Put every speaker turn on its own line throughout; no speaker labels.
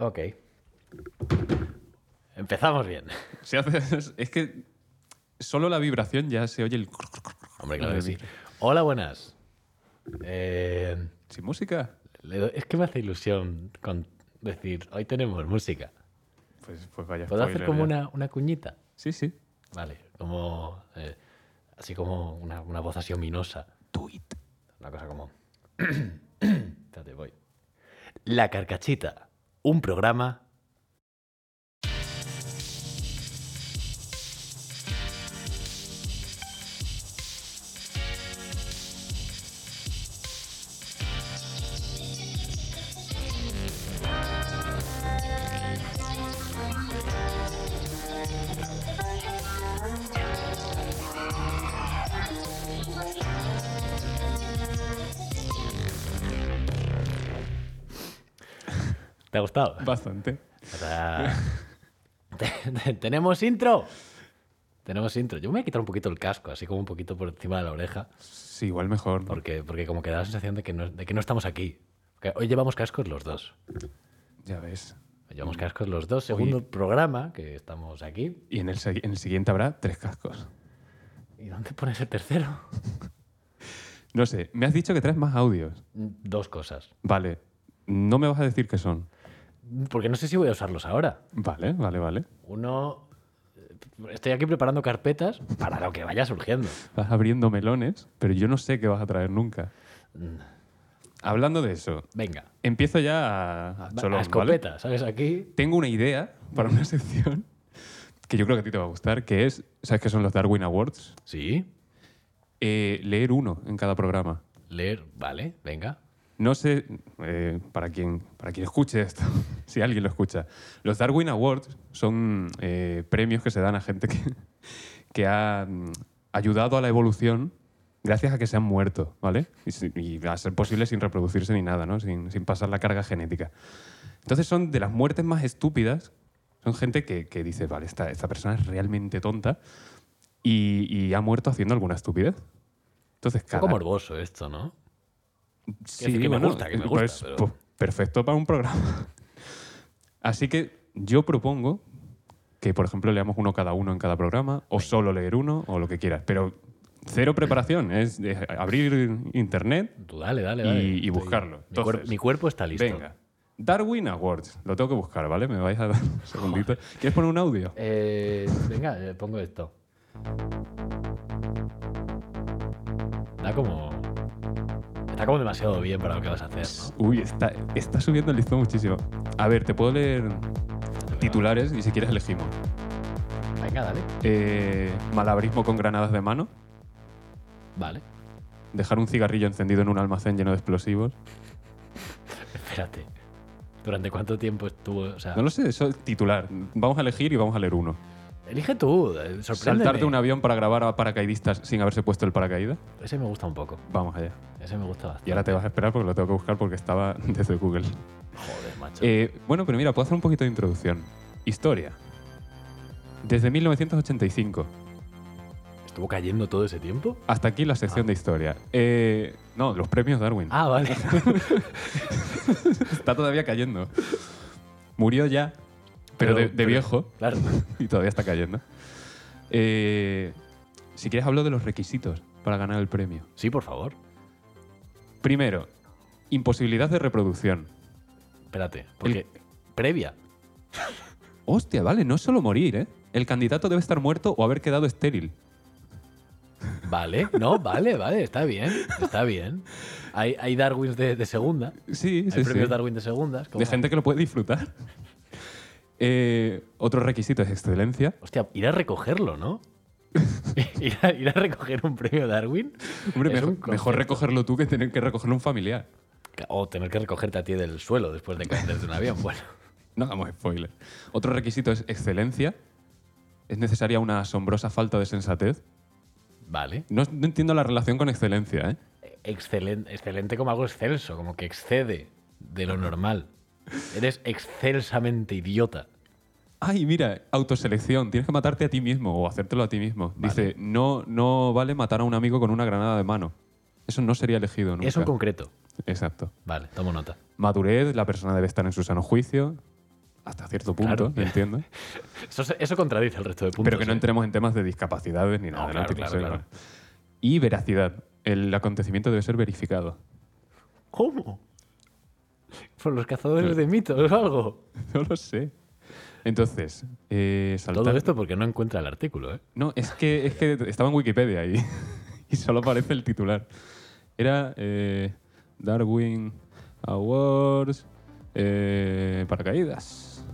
Ok. Empezamos bien.
Si haces- es que solo la vibración ya se oye el...
Hombre, claro que sí. Hola, buenas. Eh,
Sin música.
le doy- es que me hace ilusión con decir, hoy tenemos música.
Pues, pues vaya.
¿Puedo hacer
spoiler
como
ya.
una, una cuñita?
Sí, sí.
Vale, como... eh, así como una, una voz así ominosa.
Tweet.
Una cosa como... Espérate, voy. La Carcachita. Un programa... ¿Te ha gustado?
Bastante.
O sea, te- te- tenemos intro. Tenemos intro. Yo me voy a quitar un poquito el casco, así como un poquito por encima de la oreja,
Sí, igual mejor.
porque, porque como que da la sensación de que no, de que no estamos aquí. Porque hoy llevamos cascos los dos.
Ya ves.
Hoy llevamos cascos los dos. Segundo programa que estamos aquí.
Y en el, segui- en el siguiente habrá tres cascos.
¿Y dónde pones el tercero?
No sé, me has dicho que traes más audios.
Dos cosas.
Vale. No me vas a decir qué son.
Porque no sé si voy a usarlos ahora.
Vale, vale, vale.
Uno. eh, Estoy aquí preparando carpetas para lo que vaya surgiendo.
Vas abriendo melones, pero yo no sé qué vas a traer nunca.
Mm.
Hablando de eso,
Venga.
empiezo ya a, a
va-
cholón,
a
Ah, ¿vale?
escopeta, ¿sabes? Aquí.
Tengo una idea para una sección que yo creo que a ti te va a gustar, que es, ¿sabes qué son los Darwin Awards?
Sí.
Eh, leer uno en cada programa.
Leer. Vale, venga.
No sé, eh, para, quien, para quien escuche esto, si alguien lo escucha, los Darwin Awards son eh, premios que se dan a gente que, que ha mm, ayudado a la evolución gracias a que se han muerto, ¿vale? Y, si- y a ser posible sin reproducirse ni nada, ¿no? Sin, sin pasar la carga genética. Entonces son de las muertes más estúpidas, son gente que, que dice, vale, esta, esta persona es realmente tonta y, y ha muerto haciendo alguna estupidez. Entonces,
Un
cada,
poco morboso esto, ¿no?
Sí,
decir, que me
bueno,
gusta, que me gusta, pero-
pues, perfecto para un programa. Así que yo propongo que, por ejemplo, leamos uno cada uno en cada programa, o solo leer uno, o lo que quieras. Pero cero preparación, es, es abrir internet
Tú dale, dale,
Y-
dale.
y buscarlo.
Mi, cuer-
Entonces,
mi cuerpo está listo.
Venga. Darwin Awards. Lo tengo que buscar, ¿vale? Me vais a dar un segundito. ¿Quieres poner un audio?
Eh, venga, eh, pongo esto. Da como. Está como demasiado bien para lo que vas a hacer. ¿no?
Uy, está, está subiendo el listón muchísimo. A ver, te puedo leer titulares y si quieres elegimos.
Venga, dale.
Eh, malabrismo con granadas de mano.
Vale.
Dejar un cigarrillo encendido en un almacén lleno de explosivos.
Espérate. ¿Durante cuánto tiempo estuvo? O sea,
No lo sé, eso es titular. Vamos a elegir y vamos a leer uno.
elige tú. eh, Sorpréndeme.
Saltarte un avión para grabar a paracaidistas sin haberse puesto el paracaídas.
Ese me gusta un poco.
Vamos allá.
Ese me gusta bastante.
Y ahora te vas a esperar porque lo tengo que buscar porque estaba desde Google.
Joder, macho.
Eh, bueno, pero mira, puedo hacer un poquito de introducción. Historia. Desde 1985.
¿Estuvo cayendo todo ese tiempo?
Hasta aquí la sección de historia. Eh, no, los premios Darwin.
Ah, vale.
Está todavía cayendo. Murió ya, pero, de- de,
pero-
viejo.
Claro.
y todavía está cayendo. Eh, si quieres hablo de los requisitos para ganar el premio.
Sí, por favor.
Primero, imposibilidad de reproducción.
Espérate. Porque. Previa.
Hostia, vale, no es solo morir, ¿eh? El candidato debe estar muerto o haber quedado estéril.
Vale, no, vale, vale, está bien, está bien. Hay, hay Darwins de, de segunda,
Sí,
hay
sí, sí.
premios Darwin de segundas. como-
De gente que lo puede disfrutar. Eh, otro requisito es excelencia.
Hostia, ir a recogerlo, ¿no? ir, a, ir a recoger un premio Darwin.
Hombre,
es un
mejor, mejor
concepto.
recogerlo tú que tener que recogerlo un familiar.
O tener que recogerte a ti del suelo después de caer desde un avión. Bueno,
No hagamos spoiler. Otro requisito es excelencia. Es necesaria una asombrosa falta de sensatez.
vale.
No, no entiendo la relación con excelencia, ¿eh?
Excelente, excelente como algo excelso, como que excede de lo normal. Eres excelsamente idiota.
Ay, mira, autoselección. Tienes que matarte a ti mismo o hacértelo a ti mismo. Dice, no, no vale matar a un amigo con una granada de mano. Eso no sería elegido nunca.
Eso en concreto.
Exacto.
Vale, tomo nota.
Madurez, la persona debe estar en su sano juicio. hasta cierto
Claro.
punto, entiendo.
Eso, se- eso contradice el resto de puntos.
Pero que no
¿eh?
entremos en temas de discapacidades ni nada.
No,
de
claro,
náuticas,
claro,
¿eh?
claro.
Y veracidad. El acontecimiento debe ser verificado.
¿Cómo? Por los cazadores de mitos o algo.
No lo sé. Entonces, eh, saltar...
Todo esto porque no encuentra el artículo, ¿eh?
No, es que, es que estaba en Wikipedia y, y solo aparece el titular. Era eh, Darwin Awards eh, Paracaídas.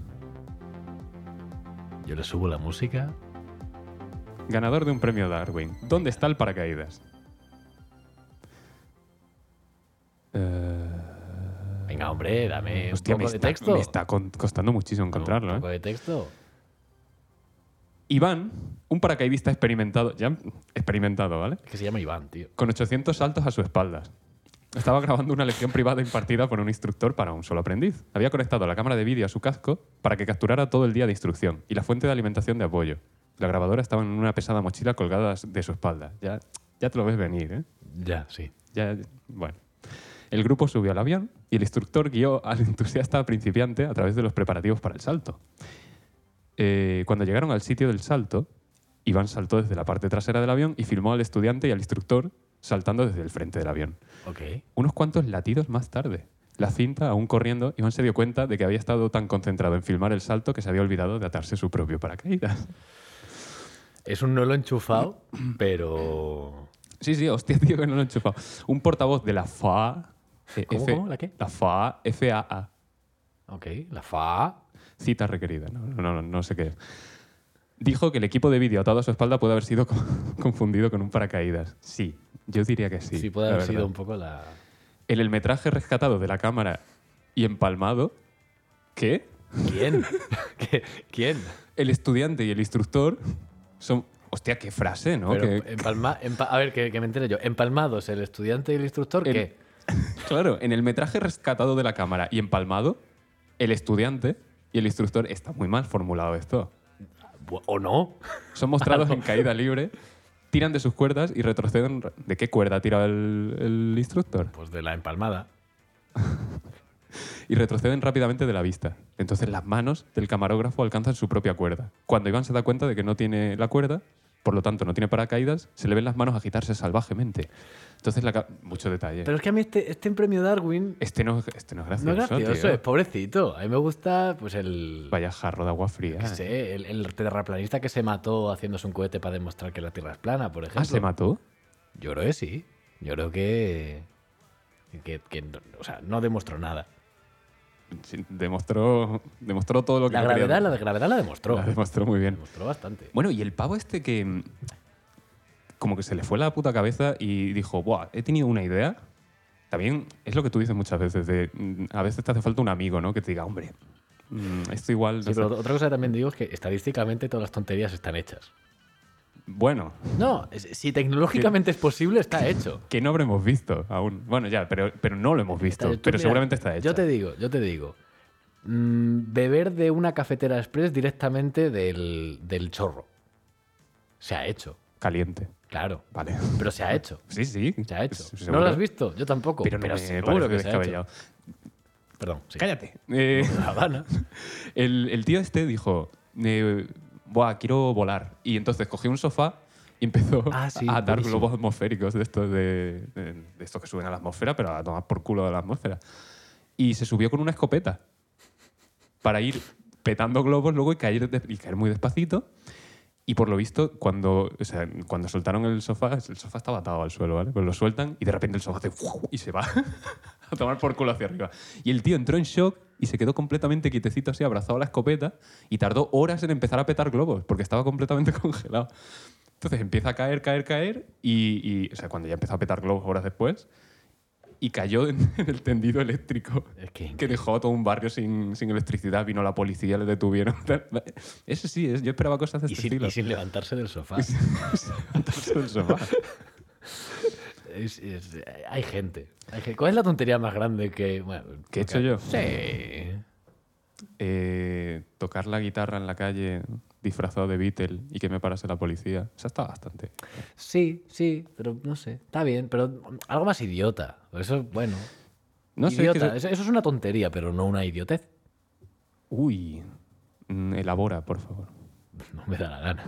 Yo le subo la música.
Ganador de un premio Darwin. ¿Dónde está el paracaídas? Eh,
Venga, hombre, dame
hostia,
un
me
poco de
está,
texto.
me está con- costando muchísimo encontrarlo.
Un
¿eh?
poco de texto.
Iván, un paracaidista experimentado, ya experimentado, ¿vale?
Es que se llama Iván, tío.
Con 800 saltos a su espalda. Estaba grabando una lección privada impartida por un instructor para un solo aprendiz. Había conectado la cámara de vídeo a su casco para que capturara todo el día de instrucción y la fuente de alimentación de apoyo. La grabadora estaba en una pesada mochila colgada de su espalda. Ya, ya te lo ves venir, ¿eh?
Ya, sí.
Ya, bueno. El grupo subió al avión y el instructor guió al entusiasta principiante a través de los preparativos para el salto. Eh, cuando llegaron al sitio del salto, Iván saltó desde la parte trasera del avión y filmó al estudiante y al instructor saltando desde el frente del avión.
Ok.
Unos cuantos latidos más tarde, la cinta, aún corriendo, Iván se dio cuenta de que había estado tan concentrado en filmar el salto que se había olvidado de atarse su propio paracaídas.
Es un nolo enchufado, pero.
Sí, sí, hostia, tío, que no lo he enchufado. Un portavoz de la FAA. eh,
¿Cómo, cómo? ¿La qué?
La FAA, FAA.
Ok, la fa.
Cita requerida, no, no, no, no sé qué es. Dijo que el equipo de vídeo atado a su espalda puede haber sido co- confundido con un paracaídas. Sí, yo diría que sí.
Sí, puede
la
haber
verdad.
sido un poco la.
En el metraje rescatado de la cámara y empalmado, ¿qué?
¿Quién? ¿Qué- ¿Quién?
El estudiante y el instructor son. Hostia, qué frase, ¿no?
Pero ¿eh?
Que-
empalma- empa- a ver, que, que me entere yo. Empalmados el estudiante y el instructor,
El-
¿qué?
Claro, en el metraje rescatado de la cámara y empalmado, el estudiante y el instructor. Está muy mal formulado esto.
Bu- ¿O no?
Son mostrados en caída libre, tiran de sus cuerdas y retroceden. ¿De qué cuerda ha tirado el, el instructor?
Pues de la empalmada.
Y retroceden rápidamente de la vista. Entonces las manos del camarógrafo alcanzan su propia cuerda. Cuando Iván se da cuenta de que no tiene la cuerda, por lo tanto no tiene paracaídas, se le ven las manos agitarse salvajemente. Entonces la ca- mucho detalle.
Pero es que a mí este, este premio Darwin
este, no, es- este no es
no
gracioso.
es gracioso,
tío.
es pobrecito. A mí me gusta, pues, el.
Vaya jarro de agua fría.
qué sé, el, el terraplanista que se mató haciéndose un cohete para demostrar que la Tierra es plana, por ejemplo.
ah, se mató.
Yo creo que sí. Yo creo que. que, que no- o sea, no demostró nada.
Sí, Demostró, demostró todo lo que
La
no quería.
gravedad, la gravedad la demostró.
La demostró muy bien.
Demostró bastante.
Bueno, y el pavo este que mm, como que se le fue la puta cabeza y dijo, Buah, he tenido una idea. También es lo que tú dices muchas veces, de mm, a veces te hace falta un amigo, ¿no? Que te diga, hombre, mm, esto igual... no
Sí,
sé".
pero otra cosa que también digo es que estadísticamente todas las tonterías están hechas.
Bueno,
No, es- si tecnológicamente es posible, está hecho.
que no habremos visto aún. Bueno, ya, pero, pero no lo hemos visto,
Está- tú
pero
mira,
seguramente está hecho.
Yo te digo, yo te digo. mm, beber de una cafetera express directamente del, del chorro. Se ha hecho,
Caliente,
claro.
vale.
Pero se ha hecho.
Sí, sí.
Se ha hecho.
se-
¿No
Pues, seguro.
lo has visto? Yo tampoco.
Pero
Pero,
no me
seguro que
parece
se ha hecho.
descabellado.
Perdón. sí.
Cállate. Eh,
La Habana.
El, el tío este dijo, eh, Buah, quiero volar. Y entonces cogió un sofá y empezó
Ah, sí,
a dar
buenísimo.
globos atmosféricos de estos, de, de- de estos que suben a la atmósfera, pero a tomar por culo de la atmósfera. Y se subió con una escopeta para ir petando globos luego y caer, de- y caer muy despacito. Y por lo visto, cuando, o sea, cuando soltaron el sofá, el sofá estaba atado al suelo, ¿vale? Pues lo sueltan y de repente el sofá hace ¡fuu! y se va a tomar por culo hacia arriba. Y el tío entró en shock y se quedó completamente quietecito así, abrazado a la escopeta y tardó horas en empezar a petar globos porque estaba completamente congelado. Entonces empieza a caer, caer, caer y, y, o sea, cuando ya empezó a petar globos horas después y cayó en, en el tendido eléctrico
Es que-
que dejó a todo un barrio sin, sin electricidad, vino la policía, le detuvieron. Eso sí, es- yo esperaba cosas de
Y
este
sin,
estilo.
y sin levantarse del sofá.
Sentarse en el sofá.
Es- es- hay, gente, hay gente. ¿Cuál es la tontería más grande que. bueno,
¿Qué he
porque-
hecho yo?
Sí.
Eh, tocar la guitarra en la calle disfrazado de Beatle y que me parase la policía. Esa está bastante.
Sí, sí, pero no sé. Está bien, pero algo más idiota. Eso, bueno.
No sé, es que
idiota.
se-
eso, eso es una tontería, pero no una idiotez.
Uy, mm, elabora, por favor.
No me da la gana.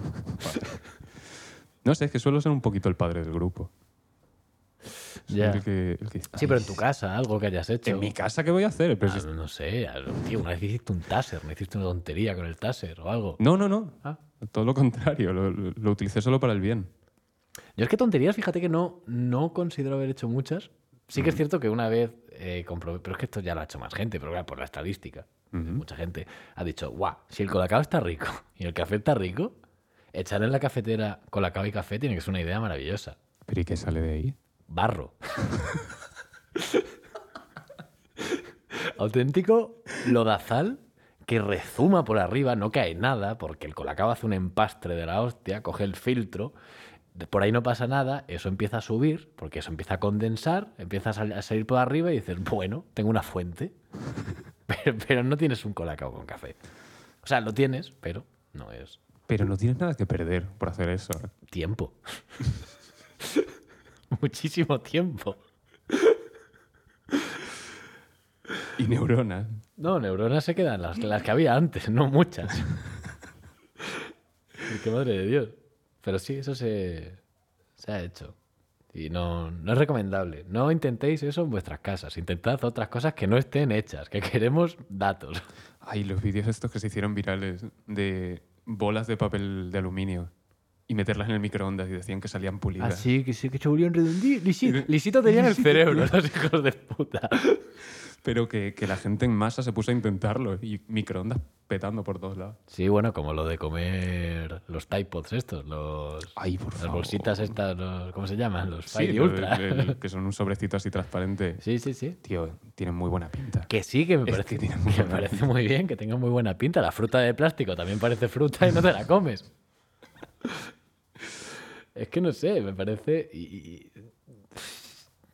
No sé, es que suelo ser un poquito el padre del grupo. Soy
Ya.
el que- el que dice,
Sí, pero
"Ay,
en tu casa, algo que hayas hecho.
¿En mi casa qué voy a hacer? Pero
Ah,
si-
no sé, algo- tío, una vez hiciste un taser, no hiciste una tontería con el taser o algo.
No, no, no.
Ah.
Todo lo contrario. Lo, lo- lo utilicé solo para el bien.
Yo es que tonterías, fíjate que no, no considero haber hecho muchas. Sí que es cierto que una vez eh, comprobé, pero es que esto ya lo ha hecho más gente, pero claro, por la estadística. Mucha gente ha dicho, guau, si el colacao está rico y el café está rico, echar en la cafetera colacao y café tiene que ser una idea maravillosa.
¿Pero y qué sale de ahí?
Barro. Auténtico lodazal que rezuma por arriba, no cae nada, porque el colacao hace un empastre de la hostia, coge el filtro, de- por ahí no pasa nada, eso empieza a subir, porque eso empieza a condensar, empieza a, sal- a salir por arriba y dices, bueno, tengo una fuente, pero, pero no tienes un colacao con café. O sea, lo tienes, pero no es
Pero no tienes nada que perder por hacer eso.
tiempo. Muchísimo tiempo.
Y neuronas.
No, neuronas se quedan las, las que había antes, no muchas. Qué madre de Dios. Pero sí, eso se, se ha hecho. Y no, no es recomendable. No intentéis eso en vuestras casas. Intentad otras cosas que no estén hechas, que queremos datos.
Ay, los vídeos estos que se hicieron virales de bolas de papel de aluminio y meterlas en el microondas y decían que salían pulidas.
que Ah, sí, que se volvieron redonditos. Lisito,
lisito
tenían el cerebro, los hijos de puta.
Pero que, que la gente en masa se puso a intentarlo y microondas petando por todos lados.
Sí, bueno, como lo de comer los Tide Pods estos, los,
Ay, por
las bolsitas estas, los- ¿cómo se llaman? Los
Sí,
Fire
lo-
Ultra.
el- el- que son un sobrecito así transparente.
Sí, sí, sí.
Tío, tienen muy buena pinta.
Que sí, que me
Es
parece,
que tiene
que
muy
me
buena
parece muy bien, que tenga muy buena pinta. La fruta de plástico también parece fruta y no te la comes. Es que no sé, me parece... y- y- y-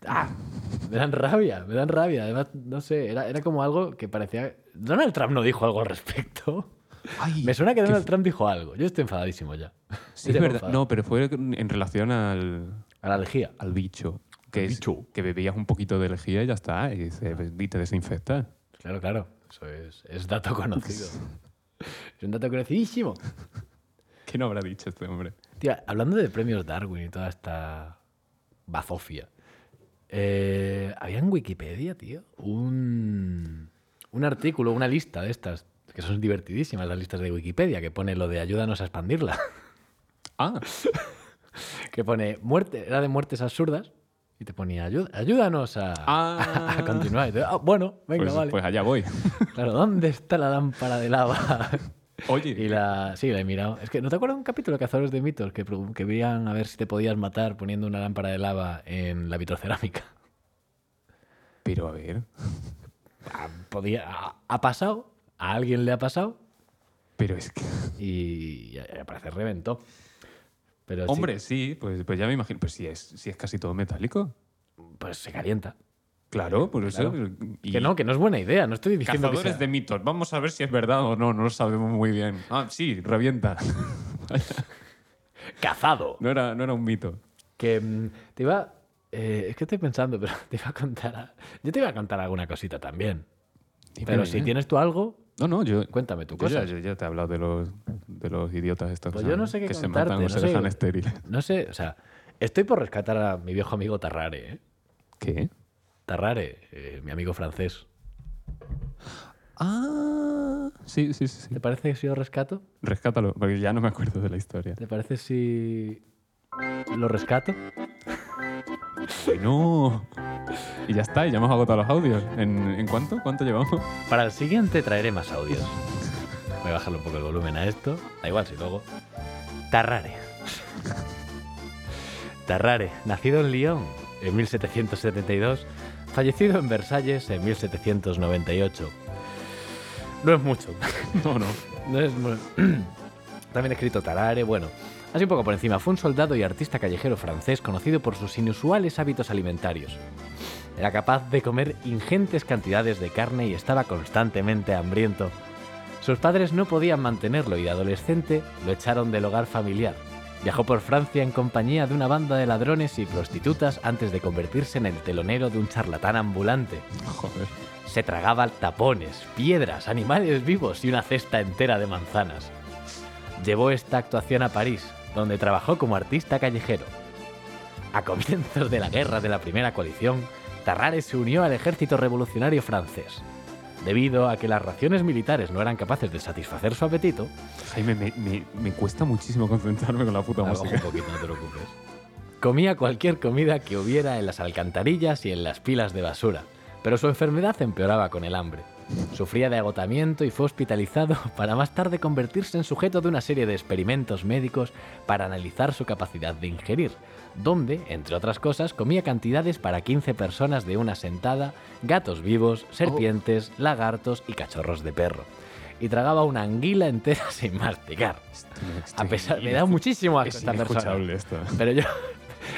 ¡Ah! Me dan rabia, me dan rabia. Además, no sé, era, era como algo que parecía... Donald Trump no dijo algo al respecto.
Ay,
Me suena que
qué
Donald Trump dijo algo. Yo estoy enfadadísimo ya.
Sí, es verdad. No, pero fue en relación al,
A la lejía.
al bicho. Que,
Al
es-
bicho.
que bebías un poquito de lejía y ya está. Y, dice, y te desinfectas.
Claro, claro. Eso es, es dato conocido. es un dato conocidísimo.
¿Qué no habrá dicho este hombre?
Tía, hablando de premios Darwin y toda esta bazofia, eh, había en Wikipedia, tío, un, un artículo, una lista de estas, que son divertidísimas las listas de Wikipedia, que pone lo de ayúdanos a expandirla,
Ah,
que pone muerte, era de muertes absurdas, y te ponía "Ayú- ayúdanos a,
Ah.
a continuar. Y te, "Ah, bueno, venga,
pues,
vale.
pues allá voy.
Claro, ¿dónde está la lámpara de lava? Y
Oye,
la, sí, la he mirado. Es que, ¿no te acuerdas de un capítulo de Cazadores de Mitos que, pregun- que veían a ver si te podías matar poniendo una lámpara de lava en la vitrocerámica?
pero a ver.
Ha, Ah, podía, ha, ha pasado, a alguien le ha pasado
Pero es que.
y, y al parecer reventó. Pero sí,
Hombre, sí, pues, pues ya me imagino. Pues si es, si es casi todo metálico.
pues se calienta.
Claro, por eso.
Claro.
Y
Que no, que no es buena idea. No estoy diciendo que
Cazadores
sea-
de mitos. Vamos a ver si es verdad o no. No lo sabemos muy bien. Ah, sí, revienta.
cazado.
No era, no era un mito.
Que mm, te iba. eh, es que estoy pensando, pero te iba a contar. a- yo te iba a contar alguna cosita también.
Dime,
Pero si
dime.
tienes tú algo,
No, no, yo.
cuéntame tú
Yo ya,
cosas.
yo ya te he hablado de los, de los idiotas estos
Pues
que,
yo
se-
no sé qué
que se
contarte,
matan o
no
se
sé.
dejan estériles.
No sé, o sea, estoy por rescatar a mi viejo amigo Tarrare, ¿eh?
¿Qué?
Tarrare, eh, mi amigo francés.
Ah, sí, sí, sí. sí.
¿Te parece que si lo rescato?
Rescátalo, porque ya no me acuerdo de la historia.
¿Te parece si lo rescato?
No. Y ya está, y ya hemos agotado los audios. ¿En, en cuánto? ¿Cuánto llevamos?
Para el siguiente traeré más audios. Voy a bajarle un poco el volumen a esto. Da igual si luego. Tarrare. Tarrare, nacido en Lyon en 1772, fallecido en Versalles en 1798. No es mucho.
No, no.
No es mu- También he escrito Tarare, bueno. Así un poco por encima, fue un soldado y artista callejero francés conocido por sus inusuales hábitos alimentarios. Era capaz de comer ingentes cantidades de carne y estaba constantemente hambriento. Sus padres no podían mantenerlo y de adolescente lo echaron del hogar familiar. Viajó por Francia en compañía de una banda de ladrones y prostitutas antes de convertirse en el telonero de un charlatán ambulante.
Joder.
Se tragaba tapones, piedras, animales vivos y una cesta entera de manzanas. Llevó esta actuación a París, donde trabajó como artista callejero. A comienzos de la guerra de la Primera Coalición, Tarrares se unió al ejército revolucionario francés. Debido a que las raciones militares no eran capaces de satisfacer su apetito,
Jaime, me, me- me cuesta muchísimo concentrarme con la puta
Abajo
música.
un poquito, no te preocupes. Comía cualquier comida que hubiera en las alcantarillas y en las pilas de basura, pero su enfermedad empeoraba con el hambre. Sufría de agotamiento y fue hospitalizado para más tarde convertirse en sujeto de una serie de experimentos médicos para analizar su capacidad de ingerir, donde, entre otras cosas, comía cantidades para 15 personas de una sentada, gatos vivos, serpientes, lagartos y cachorros de perro. Y tragaba una anguila entera sin masticar.
Estoy-
A
estoy-
pesar, me da muchísimo asco
Es
esta persona.
inescuchable esto.
Pero yo,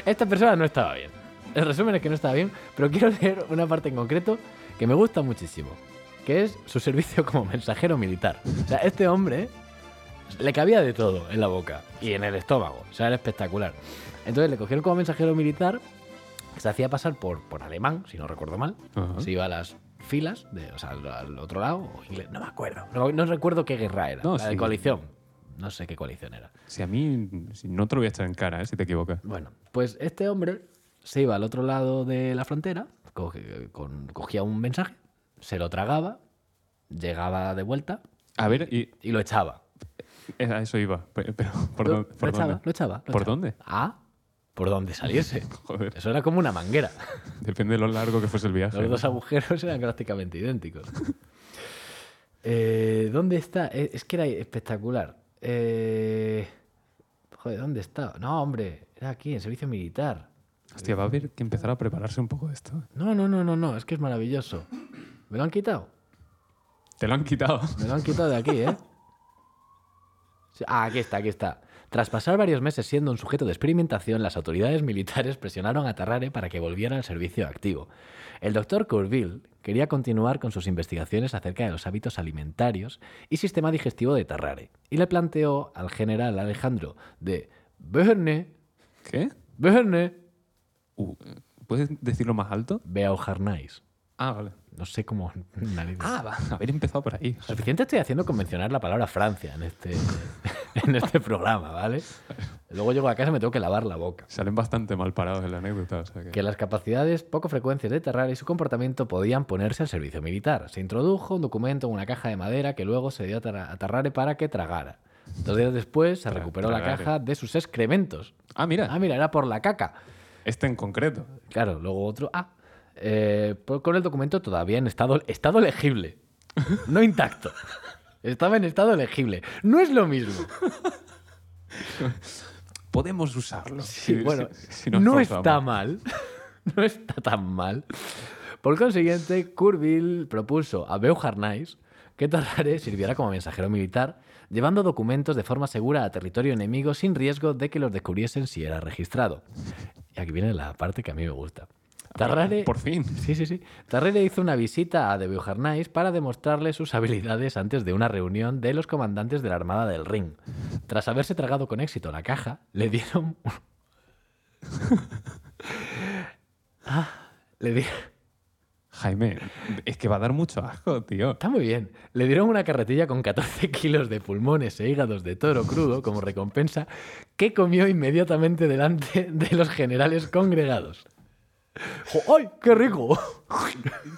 esta persona no estaba bien. El resumen es que no estaba bien, pero quiero leer una parte en concreto que me gusta muchísimo, que es su servicio como mensajero militar. O sea, este hombre le cabía de todo en la boca y en el estómago. O sea, era espectacular. Entonces le cogieron como mensajero militar, que se hacía pasar por, por alemán, si no recuerdo mal.
Ajá.
Se iba a las filas, de, o sea, al, al otro lado, o inglés, no me acuerdo. No, no recuerdo qué guerra era.
No,
la de
sí.
coalición. No sé qué coalición era.
Si a mí, si no te lo voy a echar en cara, eh, si te equivocas.
Bueno, pues este hombre se iba al otro lado de la frontera, coge- con- cogía un mensaje, se lo tragaba, llegaba de vuelta
A ver, y
y lo echaba.
eh, a eso iba. pe- Pero, ¿por,
Lo-
dónde-
lo,
por
echaba,
dónde?
lo echaba, lo
¿Por
echaba.
dónde?
Ah, por donde saliese.
Joder,
Eso era como una manguera.
depende de lo largo que fuese el viaje.
Los dos agujeros eran prácticamente idénticos. Eh, ¿Dónde está? Eh, Es que era espectacular. Eh, joder, ¿dónde está? No, hombre, era aquí, en servicio militar.
Hostia, va a haber que empezar a prepararse un poco de esto.
No, no, no, no, no, es que es maravilloso. ¿Me lo han quitado?
Te lo han quitado.
Me lo han quitado de aquí, ¿eh? Sí, Ah, aquí está, aquí está. Tras pasar varios meses siendo un sujeto de experimentación, las autoridades militares presionaron a Tarrare para que volviera al servicio activo. El doctor Courville quería continuar con sus investigaciones acerca de los hábitos alimentarios y sistema digestivo de Tarrare, y le planteó al general Alejandro de Berne,
¿Qué?
Berne,
Uh, ¿Puedes decirlo más alto?
Beauharnais.
Ah, vale.
No sé cómo... narices.
Ah, va. Haber empezado por ahí.
Suficiente estoy haciendo con mencionar la palabra Francia en este, en este programa, ¿vale? Luego llego a casa y me tengo que lavar la boca.
Salen bastante mal parados en la anécdota. o sea que-
Que las capacidades poco frecuentes de Terrar y su comportamiento podían ponerse al servicio militar. Se introdujo un documento en una caja de madera que luego se dio a Tarra- a Tarrare para que tragara. Dos días después se
Tra-
recuperó la
tragare.
caja de sus excrementos.
Ah, mira.
Ah, mira, era por la caca.
Este en concreto.
Claro, luego otro. Ah, eh, por- con el documento todavía en estado, estado legible. No intacto. Estaba en estado legible. No es lo mismo.
Podemos usarlo.
Sí,
Si-
bueno,
si- si nos
no
forzamos.
está mal. No está tan mal. Por consiguiente, Curville propuso a Beauharnais que Tarrare sirviera como mensajero militar, llevando documentos de forma segura a territorio enemigo sin riesgo de que los descubriesen si era registrado. Y aquí viene la parte que a mí me gusta. Tarrare
Por fin.
Sí, sí, sí. Tarrere hizo una visita a De Beauharnais para demostrarle sus habilidades antes de una reunión de los comandantes de la Armada del Rin. Tras haberse tragado con éxito la caja, le dieron. Ah, le di-
Jaime, es que va a dar mucho asco, tío.
Está muy bien. Le dieron una carretilla con 14 kilos de pulmones e hígados de toro crudo como recompensa, que comió inmediatamente delante de los generales congregados. Jo- ¡Ay, qué rico!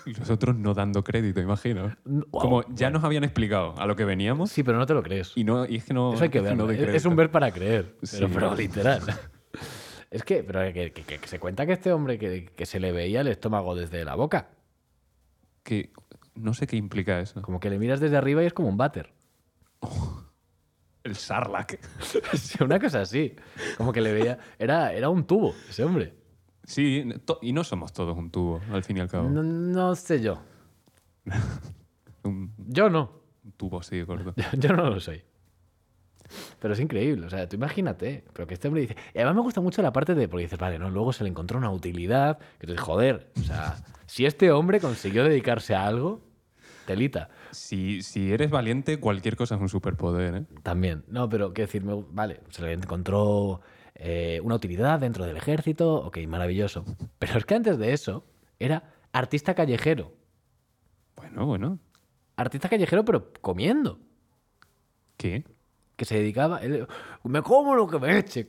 Y Nosotros no dando crédito, imagino.
Wow.
Como ya nos habían explicado a lo que veníamos
Sí, pero no te lo crees.
y, no, y es que no.
Eso hay que
no
verlo. ¿eh?
doy
es,
crédito.
es un ver para creer. Pero,
Sí.
pero literal. Es que, pero que, que- que- que se cuenta que este hombre que, que se le veía el estómago desde la boca.
Que no sé qué implica eso.
Como que le miras desde arriba y es como un váter.
El Sarlacc.
Sí, Una cosa así. Como que le veía. Era, era un tubo, ese hombre.
Sí, to- y no somos todos un tubo, al fin y al cabo.
No, no sé yo.
Un,
Yo no.
un tubo así, gordo.
Yo, yo no lo soy. Pero es increíble, o sea, tú imagínate, pero que este hombre dice... Y además me gusta mucho la parte de... Porque dices, vale, no, luego se le encontró una utilidad, que dices, joder, o sea, si este hombre consiguió dedicarse a algo, telita,
Si, si eres valiente, cualquier cosa es un superpoder, ¿eh?
también. No, pero qué decir, me gu- vale, se le encontró eh, una utilidad dentro del ejército, ok, maravilloso. Pero es que antes de eso, era artista callejero.
Bueno, bueno.
Artista callejero, pero comiendo.
¿Qué?
Que se dedicaba. él- me como lo que me echen.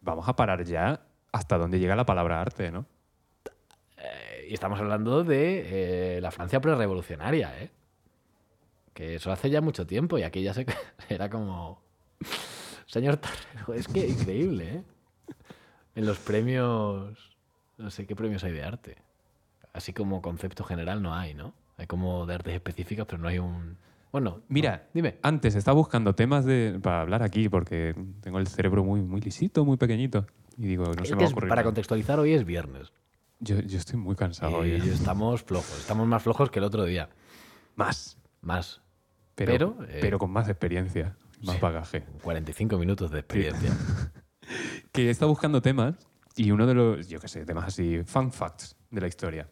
Vamos a parar ya hasta donde llega la palabra arte, ¿no?
Eh, Y estamos hablando de eh, la Francia prerevolucionaria, ¿eh? Que eso hace ya mucho tiempo y aquí ya se era como. Señor Tarrero, es que increíble, ¿eh? En los premios. No sé qué premios hay de arte. Así como concepto general no hay, ¿no? Hay como de artes específicas, pero no hay un. Bueno,
Mira,
Ah. dime.
Antes estaba buscando temas de, para hablar aquí porque tengo el cerebro muy, muy lisito, muy pequeñito. Y digo, no
Es
se me
que
va a
es-
ocurrir
para
nada.
contextualizar, hoy es viernes.
Yo, yo estoy muy cansado hoy.
y
¿eh?
estamos flojos. Estamos más flojos que el otro día.
Más.
Más.
Pero,
Pero,
pero,
eh,
con más experiencia, más
sí.
bagaje.
45 minutos de experiencia.
Que he estado buscando temas y uno de los, yo qué sé, temas así, fun facts de la historia.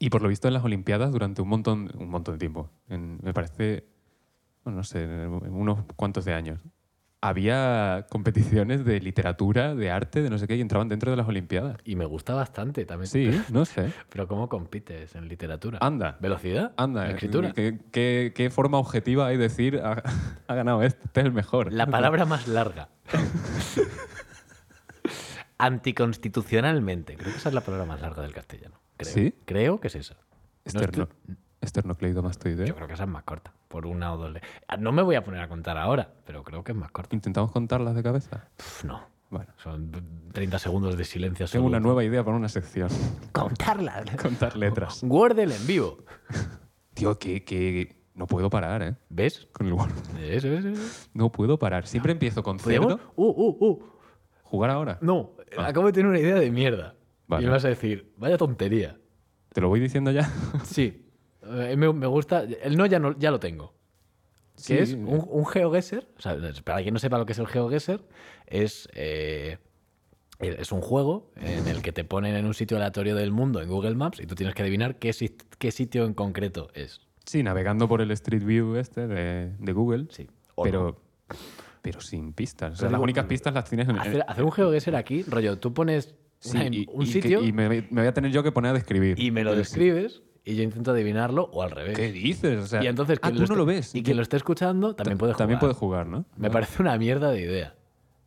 Y por lo visto en las Olimpiadas durante un montón, un montón de tiempo, en- me parece, bueno, no sé, en unos cuantos de años, había competiciones de literatura, de arte, de no sé qué, y entraban dentro de las Olimpiadas.
Y me gusta bastante también.
Sí, no sé.
Pero ¿cómo compites en literatura?
Anda,
¿Velocidad?
anda. eh,
¿Escritura?
¿Qué, qué- qué forma objetiva hay de decir ha, ha ganado este, este es el mejor?
La palabra más larga. Anticonstitucionalmente. Creo que esa es la palabra más larga del castellano. Creo.
¿Sí? ¿Eh?
Creo que es esa. No
Esterno,
estoy-
esternocleidomastoideo.
Yo creo que esa es más corta. Por una o dos le- Ah, No me voy a poner a contar ahora, pero creo que es más corta.
¿Intentamos contarlas de cabeza?
Pf, no.
Bueno,
Son 30 segundos de silencio.
tengo
absoluto.
una nueva idea para una sección.
Contarla.
Contar letras.
Wordle en vivo.
Tío, que, que no puedo parar, ¿eh?
¿Ves?
Con el Word.
Eso, eso, eso.
No puedo parar. Siempre empiezo con
¿Podríamos?
cerdo.
Uh, uh, uh.
Jugar ahora.
No, acabo de tener una idea de mierda.
Ah. Vale.
Y me vas a decir, vaya tontería.
Te lo voy diciendo ya.
Sí, Eh, me, me gusta. El no ya, no ya lo tengo. Que
Sí.
es un, un geoguesser. O sea, para quien no sepa lo que es el geoguesser, es, eh, es un juego en el que te ponen en un sitio aleatorio del mundo en Google Maps y tú tienes que adivinar qué, sit- qué sitio en concreto es.
Sí, navegando por el Street View este de, de Google.
Sí. O no.
Pero, pero sin pistas. O sea,
Pero
las
digo-
únicas pistas las tienes en el.
Hacer, hacer un geoguesser aquí, rollo, tú pones
Sí,
una-
y-
un
y que-
sitio
y me, me voy a tener yo que poner a describir.
y me lo
Pero
describes y yo intento adivinarlo o al revés.
¿Qué dices? O sea,
Y entonces
ah,
quien
tú no
esté-
lo ves.
Y quien lo esté escuchando también puede jugar.
También puedes jugar, ¿no?
Me parece una mierda de idea.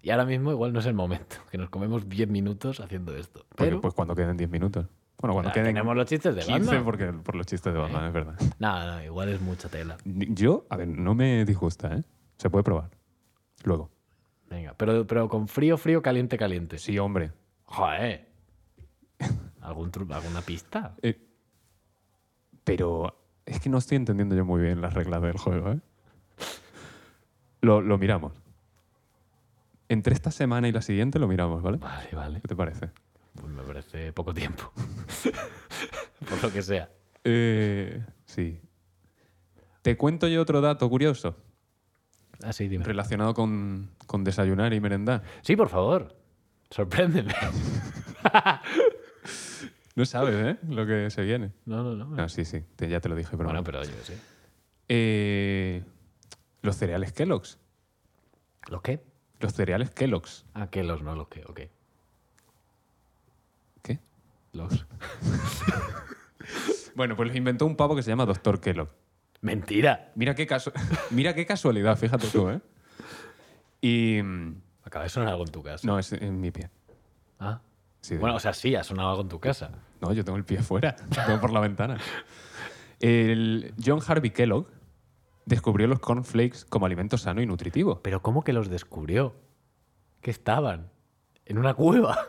Y ahora mismo igual no es el momento, que nos comemos 10 minutos haciendo esto.
Porque,
Pero
pues cuando queden 10 minutos. Bueno, cuando
ah,
queden
tenemos los chistes de
15
banda.
porque, por los chistes de Batman, es verdad.
Nada, no, igual es mucha tela.
Yo, a ver, no me disgusta, ¿eh? Se puede probar. Luego.
Venga, pero, pero con frío, frío, caliente, caliente.
Sí, hombre.
Joder. ¿Algún tru- ¿Alguna pista?
Eh, pero es que no estoy entendiendo yo muy bien las reglas del juego, ¿eh? Lo, lo miramos. Entre esta semana y la siguiente lo miramos, ¿vale?
Vale, vale.
¿Qué te parece?
Pues me parece poco tiempo. Por lo que sea.
Eh, sí. Te cuento yo otro dato curioso
Ah, sí, dime.
relacionado con, con desayunar y merendar.
Sí, por favor. Sorpréndeme.
No sabes, ¿eh? Lo que se viene.
No, no, no.
Ah, sí, sí, te- ya te lo dije, pero
Bueno,
bueno.
pero yo qué sé.
Eh, los cereales Kellogg's.
¿Los qué?
Los cereales Kellogg's.
Ah, que los no, los qué, ok.
¿Qué?
Los.
Bueno, pues los inventó un pavo que se llama Doctor Kellogg.
¡Mentira!
Mira qué, casu- Mira qué casualidad, fíjate tú, ¿eh? Y... mm,
Acaba de sonar algo en tu casa.
No, es en mi pie.
Ah.
Sí, de-
Bueno, o sea, sí, ha sonado algo en tu casa.
No, yo tengo el pie fuera, lo tengo por la ventana. El John Harvey Kellogg descubrió los cornflakes como alimento sano y nutritivo.
Pero ¿cómo que los descubrió? Que estaban en una cueva.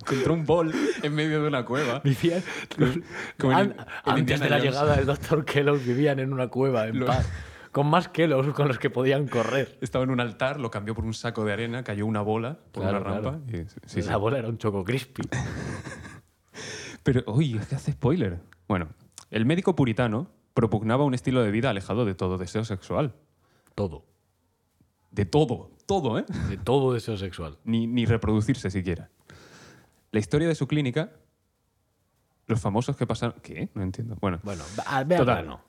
Encontró un bol en medio de una cueva.
Vivían.
Como en-
An-
en
antes
Indiana
de la
Jones.
llegada del doctor Kellogg vivían en una cueva, en
Lo-
paz. Con más Kellogg con los que podían correr.
Estaba en un altar, lo cambió por un saco de arena, cayó una bola por
Claro,
una rampa. y- sí, sí.
La bola era un choco crispy.
Pero, uy, es que hace spoiler. Bueno, el médico puritano propugnaba un estilo de vida alejado de todo deseo sexual.
Todo.
De todo, todo, ¿eh?
De todo deseo sexual.
Ni, ni reproducirse siquiera. La historia de su clínica, los famosos que pasaron... ¿Qué? No entiendo. Bueno,
Bueno, a ver,
Total.
no.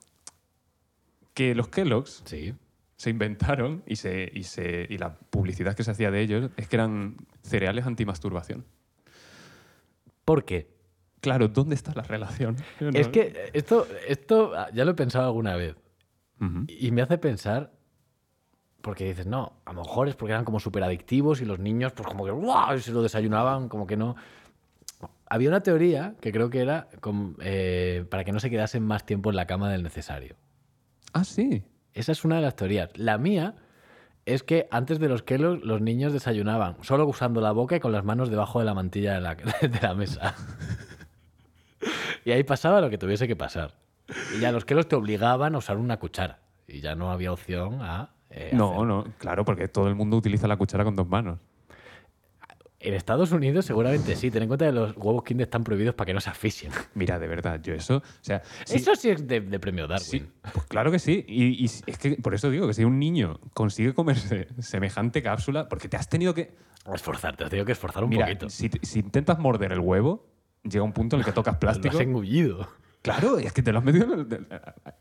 que los Kellogg's
Sí.
se inventaron y, se, y, se, y la publicidad que se hacía de ellos es que eran cereales antimasturbación.
¿Por qué?
claro, ¿dónde está la relación? Yo no-
Es que esto, esto ah, ya lo he pensado alguna vez
Ujú.
y me hace pensar, porque dices, no, a lo mejor es porque eran como súper adictivos y los niños pues como que ¡guau! se lo desayunaban, como que no. Había una teoría que creo que era com- eh, para que no se quedasen más tiempo en la cama del necesario.
Ah, sí.
Esa es una de las teorías. La mía es que antes de los Kellogg los niños desayunaban, solo usando la boca y con las manos debajo de la mantilla de la, de la mesa. y ahí pasaba lo que tuviese que pasar. Y ya los Kellogg te obligaban a usar una cuchara. Y ya no había opción a... eh,
No,
hacer-
no, claro, porque todo el mundo utiliza la cuchara con dos manos.
En Estados Unidos seguramente sí. Ten en cuenta que los huevos Kinder están prohibidos para que no se asfixien.
Mira, de verdad, yo eso. O sea, si-
Eso sí es de, de premio Darwin.
Sí, pues claro que sí. Y, y es que por eso digo que si un niño consigue comerse semejante cápsula, porque te has tenido que.
Esforzarte, os tengo que esforzar un
Mira,
poquito.
si, si intentas morder el huevo, llega un punto en el que tocas
Lo
plástico.
has engullido.
Claro, es que te lo has metido en el. eh,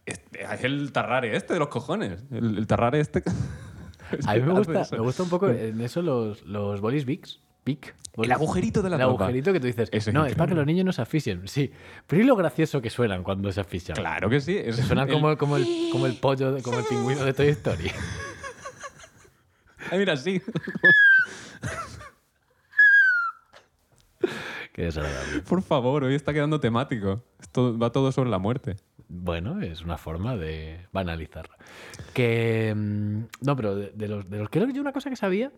Es es el tarrare este de los cojones. El, el tarrare este.
A mí me
Hace
gusta,
eso.
me gusta un poco en eso los, los bolis bigs. Bic, bolis.
El agujerito de la
El
tapa.
agujerito que tú dices.
Eso es
no, es para que
increíble.
los niños no se asfixien. Sí. Pero y lo gracioso que suenan cuando se asfixian.
Claro que sí. es-
Suenan
el-
como, como, el, como el pollo, de- como el pingüino de Toy Story.
Ah, mira, sí.
Qué desagradable.
Por favor, hoy está quedando temático. Esto va todo sobre la muerte.
Bueno, es una forma de banalizarla. Que. mm, No, pero de, de los, de los creo que yo una cosa que sabía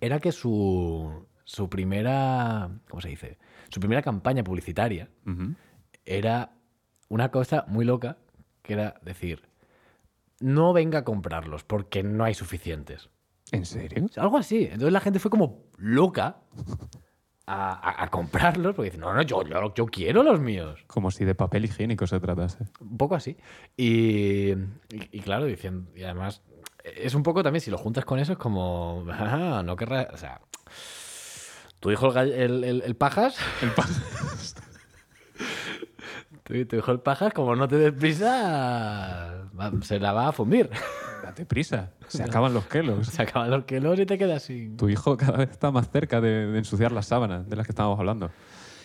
era que su. Su primera. ¿Cómo se dice? Su primera campaña publicitaria.
Ujú.
era una cosa muy loca, que era decir, no venga a comprarlos porque no hay suficientes.
¿En serio?
O sea, algo así. Entonces la gente fue como loca a, a- a comprarlos porque dice, no, no, yo, yo, yo quiero los míos.
Como si de papel higiénico se tratase.
Un poco así. Y, y- y claro, diciendo, y además, es un poco también, si lo juntas con eso, es como, "Ah, no querrás, o sea, tu hijo el, gall- el- el- el pajas,
El pan.
tu, tu hijo el pajas, como no te des prisa, va- se la va a fundir.
Date prisa, se acaban los kelos.
Se acaban los quelos y te quedas sin.
Tu hijo cada vez está más cerca de, de ensuciar las sábanas de las que estábamos hablando.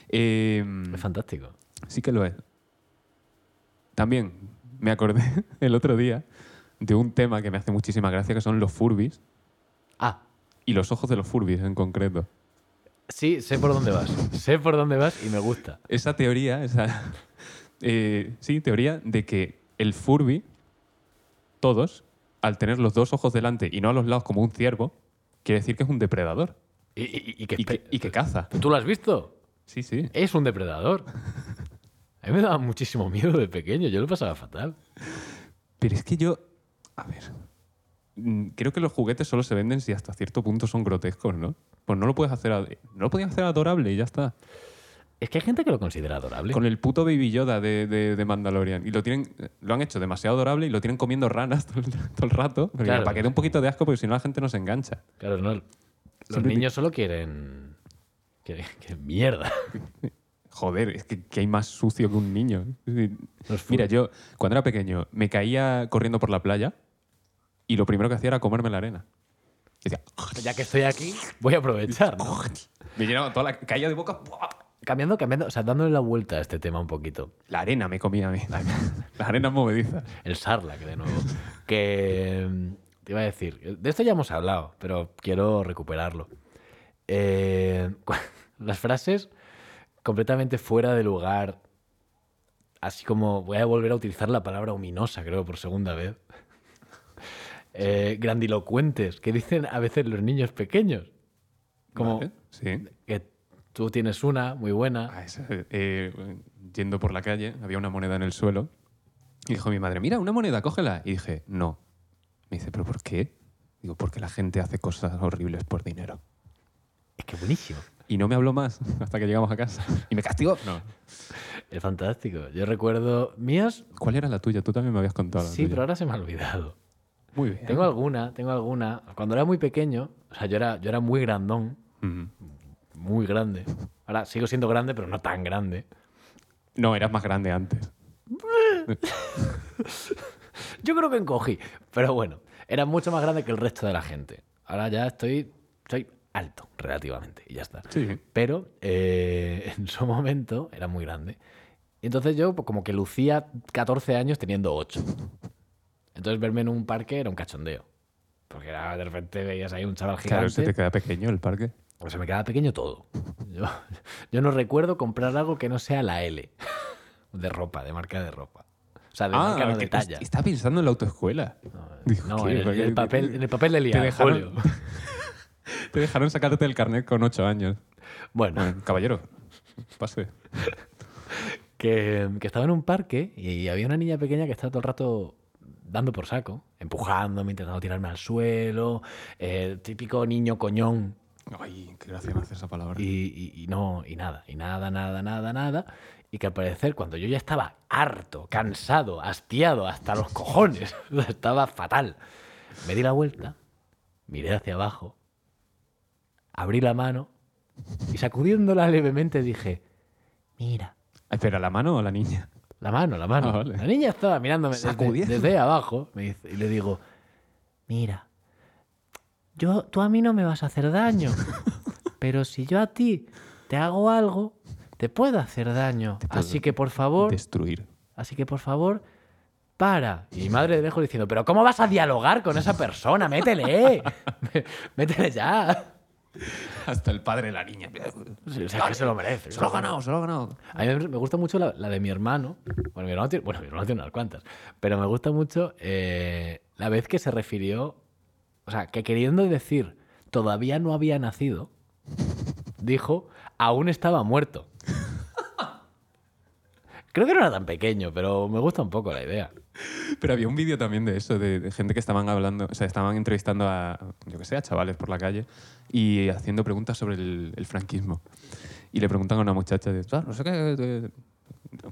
Eh,
Es fantástico.
sí que lo es. También me acordé el otro día de un tema que me hace muchísima gracia, que son los furbis
Ah,
y los ojos de los furbis en concreto.
sí, sé por dónde vas. sé por dónde vas y me gusta.
Esa teoría, esa, eh, sí, teoría de que el furby, todos, al tener los dos ojos delante y no a los lados como un ciervo, quiere decir que es un depredador
Y, y- y que,
y que, y que caza.
¿Tú lo has visto?
Sí, sí.
Es un depredador. A mí me daba muchísimo miedo de pequeño. Yo lo pasaba fatal.
Pero es que yo. A ver. mm, Creo que los juguetes solo se venden si hasta cierto punto son grotescos, ¿no? Pues no lo puedes hacer. ad- No lo podías hacer adorable y ya está.
Es que hay gente que lo considera adorable.
Con el puto Baby Yoda de, de- de Mandalorian. Y lo tienen. Lo han hecho demasiado adorable y lo tienen comiendo ranas todo el, todo el rato. Pero
Claro.
Para que dé un poquito de asco, porque si no la gente no se engancha.
Claro, no. Los
Siempre-
niños solo quieren. quieren- quieren mierda.
Joder, es que, que hay más sucio que un niño. Es decir,
Los
Mira, yo cuando era pequeño me caía corriendo por la playa y lo primero que hacía era comerme la arena. Y decía,
Ya que estoy aquí, voy a aprovechar. ¿no?
me llenaba toda la caía de boca. ¡buah!
Cambiando, cambiando, o sea, dándole la vuelta a este tema un poquito.
La arena me comía a mí. Las arenas movedizas.
El Sarlacc, de nuevo. Que mm, te iba a decir, de esto ya hemos hablado, pero quiero recuperarlo. Eh, cu- las frases completamente fuera de lugar, así como voy a volver a utilizar la palabra ominosa, creo, por segunda vez. Eh, grandilocuentes, que dicen a veces los niños pequeños. Como
Vale, Sí.
que tú tienes una muy buena.
Ah, esa, eh, yendo por la calle, había una moneda en el suelo. Y dijo mi madre, mira, una moneda, cógela. Y dije, no. Me dice, ¿pero por qué? Digo, porque la gente hace cosas horribles por dinero.
Es que buenísimo.
Y no me habló más hasta que llegamos a casa. ¿Y me castigó? No.
Es fantástico. Yo recuerdo mías,
¿Cuál era la tuya? Tú también me habías contado. la
sí,
tuya.
pero ahora se me ha olvidado.
Muy bien.
Tengo alguna, tengo alguna. Cuando era muy pequeño, o sea, yo era, yo era muy grandón,
Ujú.
muy grande. Ahora sigo siendo grande, pero no tan grande.
No, eras más grande antes.
Yo creo que encogí, pero bueno, era mucho más grande que el resto de la gente. Ahora ya estoy, soy alto, relativamente, y ya está.
Sí.
Pero eh, en su momento era muy grande. Y entonces yo pues, como que lucía 14 años teniendo 8. Entonces verme en un parque era un cachondeo. Porque era, de repente veías ahí un chaval gigante.
Claro, se te queda pequeño el parque.
O sea, me quedaba pequeño todo. Yo, yo no recuerdo comprar algo que no sea la L. De ropa, de marca de ropa. O sea, de marca no de
Ah, que
talla.
est- Estaba pensando en la autoescuela. Dijo,
No,
¿qué?
en el,
¿Para
en
qué-
el papel, en el papel de liar,
Te dejaron-
Julio.
Te dejaron sacarte el carnet con ocho años.
Bueno,
Bueno, caballero, pase.
que, que estaba en un parque y había una niña pequeña que estaba todo el rato dando por saco, empujándome, intentando tirarme al suelo, el típico niño coñón
Ay, qué gracia me hace esa palabra.
y, y- y no, y nada, y nada, nada, nada, nada. Y que al parecer cuando yo ya estaba harto, cansado, hastiado hasta los cojones, estaba fatal, me di la vuelta, miré hacia abajo, abrí la mano y sacudiéndola levemente dije, mira.
Ah, Espera, ¿la mano o la niña?
La mano, la mano.
Ah, vale.
La niña estaba mirándome desde-
Sacudiendo.
desde, abajo me dice- y le digo, mira, yo, tú a mí no me vas a hacer daño, pero si yo a ti te hago algo, te puedo hacer daño.
puedo
Así que por favor,
Destruir.
así que por favor, para. Y mi madre de lejos diciendo, pero ¿cómo vas a dialogar con esa persona? Métele, métele ya.
Hasta el padre de la niña.
O sea, que se lo merece.
Se lo ha ganado, se lo ha ganado.
A mí me- me gusta mucho la, la de mi hermano. Bueno, mi hermano tiene, bueno, mi hermano tiene unas cuantas. Pero me gusta mucho eh, la vez que se refirió. O sea, que queriendo decir todavía no había nacido, dijo aún estaba muerto. Creo que no era tan pequeño, pero me gusta un poco la idea.
Pero había un vídeo también de eso, de, de gente que estaban hablando, o sea, estaban entrevistando a, yo que sé, a chavales por la calle y haciendo preguntas sobre el, el franquismo. Y le preguntan a una muchacha, de, "Ah, no sé qué, de-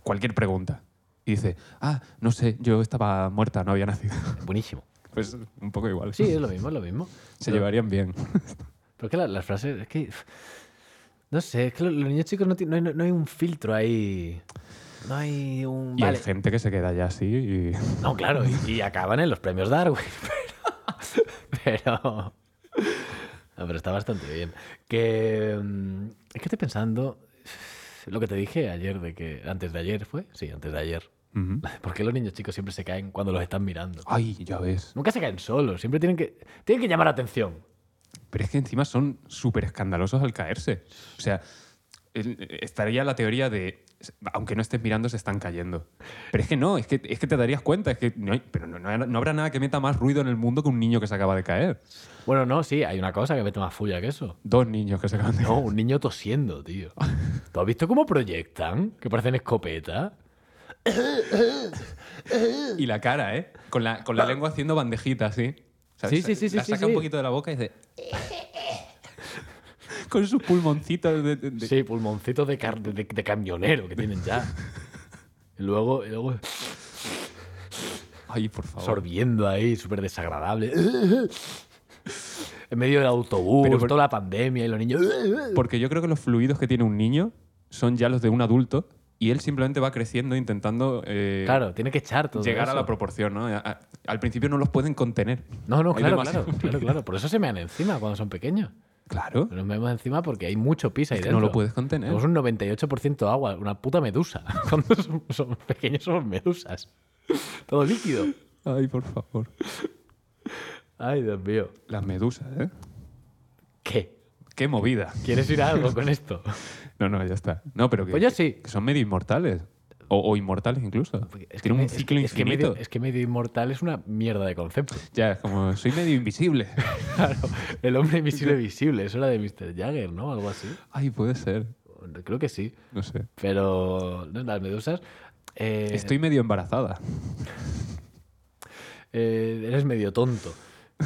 cualquier pregunta. Y dice, ah, no sé, yo estaba muerta, no había nacido.
Buenísimo.
Pues un poco igual.
Sí, es lo mismo, es lo mismo.
Se
Pero-
llevarían bien.
Porque la- las frases, es que. No sé, es que los, los niños chicos no, ti- no hay, no hay un filtro ahí. No hay un.
Y hay
vale,
gente que se queda ya así y...
No, claro, y, y acaban en los premios Darwin. Pero. Pero, no, pero está bastante bien. Que. mm, Es que estoy pensando. Lo que te dije ayer, de que. Antes de ayer fue. Sí, antes de ayer.
Ujú.
¿Por qué los niños chicos siempre se caen cuando los están mirando?
Ay, ya ves.
Nunca se caen solos, siempre tienen que. Tienen que llamar la atención.
Pero es que encima son súper escandalosos al caerse. O sea, el- estaría la teoría de, aunque no estés mirando, se están cayendo. Pero es que no, es que, es que te darías cuenta. Es que no, hay- pero no, no- no habrá nada que meta más ruido en el mundo que un niño que se acaba de caer.
Bueno, no, sí, hay una cosa que mete más fulla que eso.
Dos niños que se acaban de
No,
caer.
un niño tosiendo, tío. ¿Tú has visto cómo proyectan? Que parecen escopeta. Oh.
Y la cara, ¿eh? Con la, con la lengua haciendo bandejitas, así. O
Ah.
sea,
Sí,
se-
sí, sí, sí,
La
sí, sí.
saca un poquito de la boca y dice... con sus pulmoncitos de- de- de-
Sí, pulmoncitos de, car- de, de camionero que tienen ya. Y luego, y luego
Ay, por favor.
sorbiendo ahí, súper desagradable. En medio del autobús,
Pero por-
toda la pandemia y los niños.
Porque yo creo que los fluidos que tiene un niño son ya los de un adulto y él simplemente va creciendo intentando eh,
Claro, tiene que echar todo.
llegar a
eso.
la proporción. ¿no? A- a- al principio no los pueden contener.
No, no,
Hay
claro, claro,
demasiado
claro,
fluido.
claro. Por eso se me dan encima cuando son pequeños.
Claro,
Nos vemos encima porque hay mucho pis ahí
que no
dentro.
lo puedes ¿eh? contener.
Somos un 98% agua, una puta medusa. Cuando son- son pequeños somos medusas. Todo líquido.
Ay, por favor.
Ay, Dios mío.
Las medusas, ¿eh?
¿Qué?
¡Qué movida!
¿Quieres ir a algo con esto?
No, no, ya está. No, pero que,
Pues yo sí.
que son medio inmortales. O, o inmortales incluso. Tienen
me-
un ciclo
es que medio-
infinito.
Es que, medio, inmortal es una mierda de concepto.
Ya, es como soy medio invisible.
Claro, el hombre invisible visible, eso era de Mr. Jagger, ¿no? Algo así.
Ay, puede ser.
Creo que sí.
No sé.
Pero no, las medusas. eh,
Estoy medio embarazada.
eh, eres medio tonto.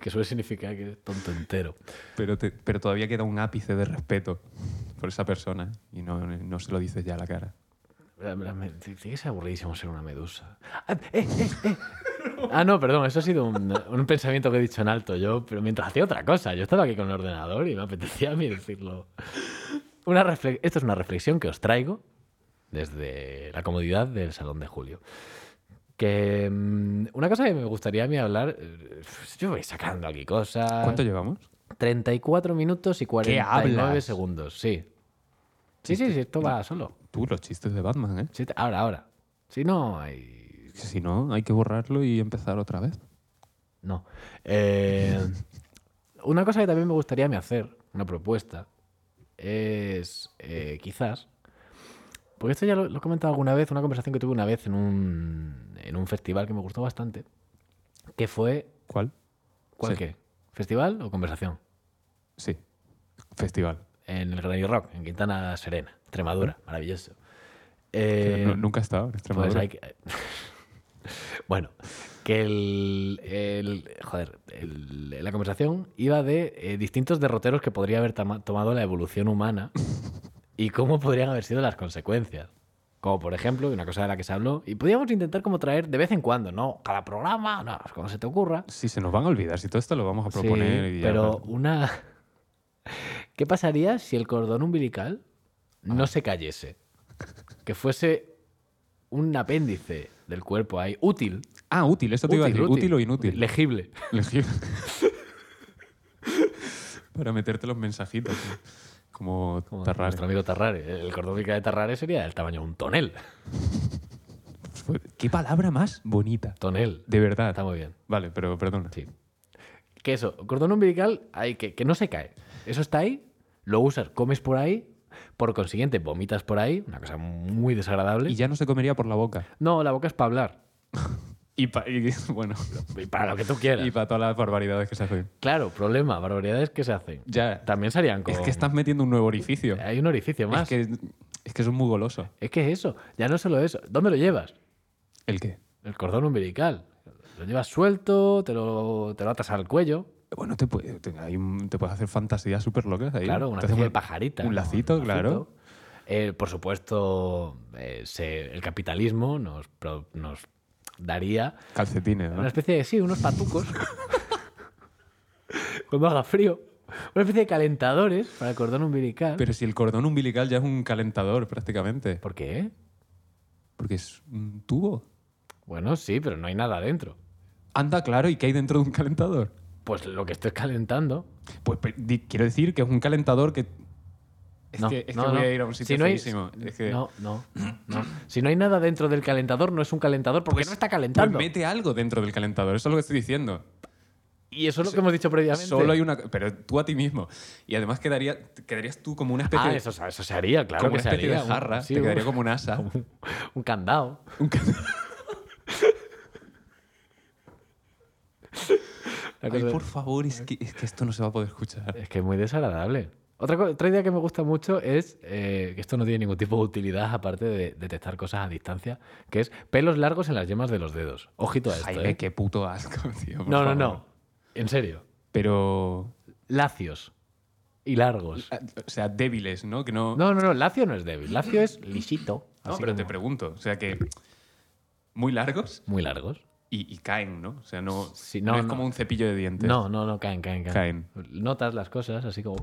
que suele significar que eres tonto entero.
Pero, te- pero todavía queda un ápice de respeto por esa persona y no, no se lo dices ya a la cara.
La- la me- Tiene que ser aburridísimo ser una medusa. Ah, eh, eh, eh. Ah, no, perdón, eso ha sido un, un pensamiento que he dicho en alto yo, pero mientras hacía otra cosa. Yo estaba aquí con el ordenador y me apetecía a mí decirlo. Una refle- Esto es una reflexión que os traigo desde la comodidad del Salón de Julio. Que mm, una cosa que me gustaría a mí hablar, eh, yo voy sacando aquí cosas.
¿Cuánto llevamos?
34 minutos y 49
hablas?
segundos, sí. Sí, sí, sí, esto va solo.
Tú, los chistes de Batman, ¿eh?
Sí, te- ahora, ahora. Si no, hay...
Si no, hay que borrarlo y empezar otra vez.
No. Eh, una cosa que también me gustaría a mí hacer, una propuesta, es eh, quizás... Porque esto ya lo, lo he comentado alguna vez, una conversación que tuve una vez en un, en un festival que me gustó bastante, que fue...
¿Cuál?
¿Cuál
Sí.
qué? ¿Festival o conversación?
Sí. Festival.
en el Granny Rock, en Quintana Serena, Extremadura, maravilloso. Eh,
No- nunca he estado en Extremadura.
pues hay que- bueno, que el, el- joder, el- la conversación iba de eh, distintos derroteros que podría haber tama- tomado la evolución humana y cómo podrían haber sido las consecuencias. Como por ejemplo, una cosa de la que se habló, y podríamos intentar como traer de vez en cuando, no cada programa, no, pues, como se te ocurra,
Si se nos van a olvidar, si todo esto lo vamos a
Sí,
proponer y ya.
pero una... ¿Qué pasaría si el cordón umbilical
Ah.
no se cayese? Que fuese un apéndice del cuerpo ahí, útil.
Ah, útil, esto te iba a decir. Útil, o inútil.
Legible.
Elegir. Para meterte los mensajitos. ¿no? Como,
Como
Tarrare.
Nuestro amigo Tarrare. El cordón umbilical de Tarrare sería del tamaño de un tonel.
Qué palabra más bonita.
Tonel.
De verdad.
Está muy bien.
Vale, pero perdona.
Sí. Que eso, cordón umbilical hay que, que no se cae. Eso está ahí, lo usas, comes por ahí, por consiguiente vomitas por ahí, una cosa muy desagradable.
Y ya no se comería por la boca.
No, la boca es para hablar.
Y, pa- y- bueno.
Y para lo que tú quieras.
Y para todas las barbaridades que se hacen.
Claro, problema, barbaridades que se hacen.
Ya.
También salían con...
Es que estás metiendo un nuevo orificio.
Hay un orificio
Es
Eh, más.
que, es que son muy golosos.
Es que es eso. Ya no solo eso. ¿Dónde lo llevas?
¿El qué?
El cordón umbilical. Lo llevas suelto, te lo, te lo atas al cuello.
Bueno, te, puede- te- hay un- te puedes hacer fantasías súper locas ahí.
Claro, una
Te haces
especie de
un-
pajarita.
Un
¿no?
lacito, claro.
Eh, por supuesto, eh, se- el capitalismo nos, pro- nos daría
Calcetines, ¿no?
Una especie de, sí, unos patucos. Cuando haga frío. Una especie de calentadores para el cordón umbilical.
Pero si el cordón umbilical ya es un calentador prácticamente.
¿Por qué?
Porque es un tubo.
Bueno, sí, pero no hay nada adentro.
Anda, claro, ¿y qué hay dentro de un calentador?
Pues lo que estés calentando.
Pues pe- di- quiero decir que es un calentador que. Es
no,
que, es
no,
que voy
no.
a ir a un sitio
si no hay,
feísimo. Es que-
No, no, no. Si no hay nada dentro del calentador, no es un calentador porque
Pues-
no está calentando.
Pues mete algo dentro del calentador, eso es lo que estoy diciendo.
y eso es lo que hemos dicho previamente. Ah,
Solo hay una. Pero tú a ti mismo. Y además quedaría, quedarías tú como una especie.
Ah,
de-
eso, se- eso se haría, claro
como
que
una
se
especie
haría.
de jarra.
sí,
te
un-
quedaría como un asa.
un candado.
Un ca-
Una
Ay,
cosa- ¿eh?
por favor, es que, es que esto no se va a poder escuchar.
Es que es muy desagradable. Otra, co- otra idea que me gusta mucho es, eh, que esto no tiene ningún tipo de utilidad aparte de detectar cosas a distancia, que es pelos largos en las yemas de los dedos. Ojito a esto.
Jaime,
¿eh?
qué puto asco, tío. por
no, no,
favor.
no. En serio.
Pero.
Lacios y largos.
ah, O sea, débiles, ¿no? Que no.
No, no, no. Lacio no es débil. Lacio es lisito.
No,
así
pero te
como-
pregunto. O sea, que. Muy largos
Muy largos.
y, y caen, ¿no? O sea, no.
Sí,
no,
no,
es
no.
como un cepillo de dientes.
No, no, no, caen, caen, caen.
Caen.
Notas las cosas así como...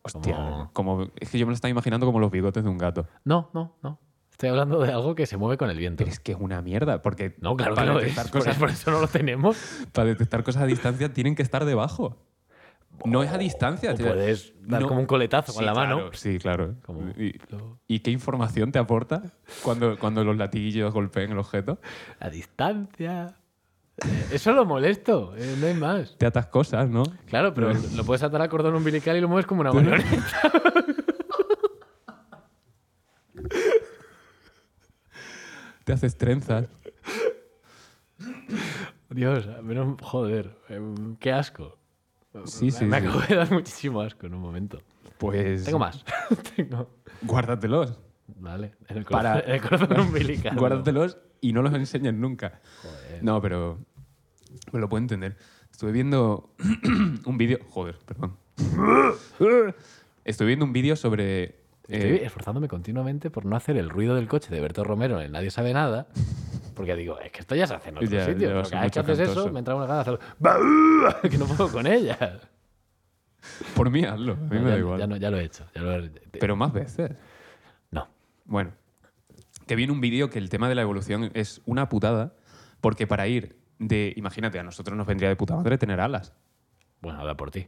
Hostia.
Como-
Como... Es que yo me lo estaba imaginando como los bigotes de un gato.
No, no, no. Estoy hablando de algo que se mueve con el viento.
Pero es que es una mierda. Porque.
No, claro que
para
no es.
detectar
Por-
cosas
por eso no lo tenemos.
para detectar cosas a distancia tienen que estar debajo. No es a distancia.
O
tío.
puedes dar
No.
como un coletazo con
Sí,
la mano.
claro, sí, claro.
Como-
¿Y, y qué información te aporta cuando, cuando los latiguillos golpeen el objeto?
A distancia. Eh, Eso lo molesto, eh, no hay más.
Te atas cosas, ¿no?
Claro, pero lo puedes atar al cordón umbilical y lo mueves como una marioneta.
Te haces trenzas.
Dios, menos, joder, em, qué asco.
Sí, sí.
Me
sí.
acabo de dar muchísimo asco en un momento.
Pues.
Tengo más. Tengo.
Guárdatelos.
Vale, en el corazón,
Para-
en el corazón umbilical.
Guárdatelos y no los enseñes nunca. No, pero. Me lo puedo entender. Estuve viendo un vídeo. Joder, perdón. Estuve viendo un vídeo sobre.
Estoy
eh,
esforzándome continuamente por no hacer el ruido del coche de Berto Romero en el Nadie Sabe Nada. Porque digo, es que esto ya se hace en otro
Ya,
sitio.
ya
Pero
es
cada vez que
mucho
haces eso,
cantoso.
me entra una gana de hacer. que no puedo con ella.
por mí hazlo. A mí
No,
me
ya,
da igual.
ya no- ya lo he hecho. ya lo he-
Pero más veces.
No.
Bueno, que viene un vídeo que el tema de la evolución es una putada, porque para ir de, imagínate, a nosotros nos vendría de puta madre tener alas.
Bueno, habla por ti.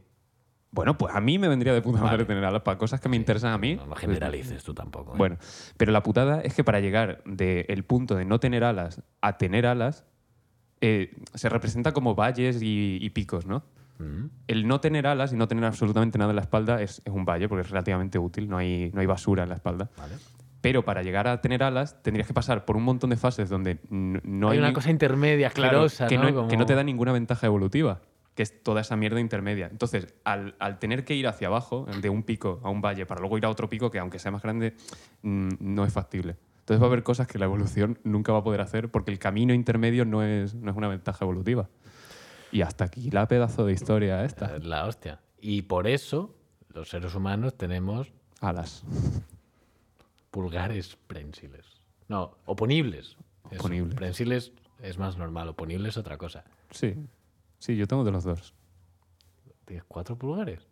Bueno, pues a mí me vendría de puta madre
Vale.
tener alas para cosas que me interesan a mí. Pues
No, no generalices tú tampoco. ¿eh?
Bueno, pero la putada es que para llegar del punto de no tener alas a tener alas, eh, se representa como valles y, y picos, ¿no?
Mm.
El no tener alas y no tener absolutamente nada en la espalda es, es un valle porque es relativamente útil, no hay, no hay basura en la espalda.
Vale.
Pero para llegar a tener alas tendrías que pasar por un montón de fases donde n- no
hay
hay,
una
ni-
cosa intermedia,
Claro,
asquerosa,
que,
¿no?
no,
Como-
que no te da ninguna ventaja evolutiva, que es toda esa mierda intermedia. Entonces, al, al tener que ir hacia abajo, de un pico a un valle, para luego ir a otro pico que, aunque sea más grande, mm, no es factible. Entonces va a haber cosas que la evolución nunca va a poder hacer porque el camino intermedio no es, no es una ventaja evolutiva. Y hasta aquí la pedazo de historia esta.
Es La hostia. Y por eso los seres humanos tenemos
Alas.
pulgares prensiles. No, oponibles. Eso,
Oponibles.
Prensiles es más normal, oponibles es otra cosa.
Sí. Sí, yo tengo de los dos.
¿Tienes cuatro pulgares?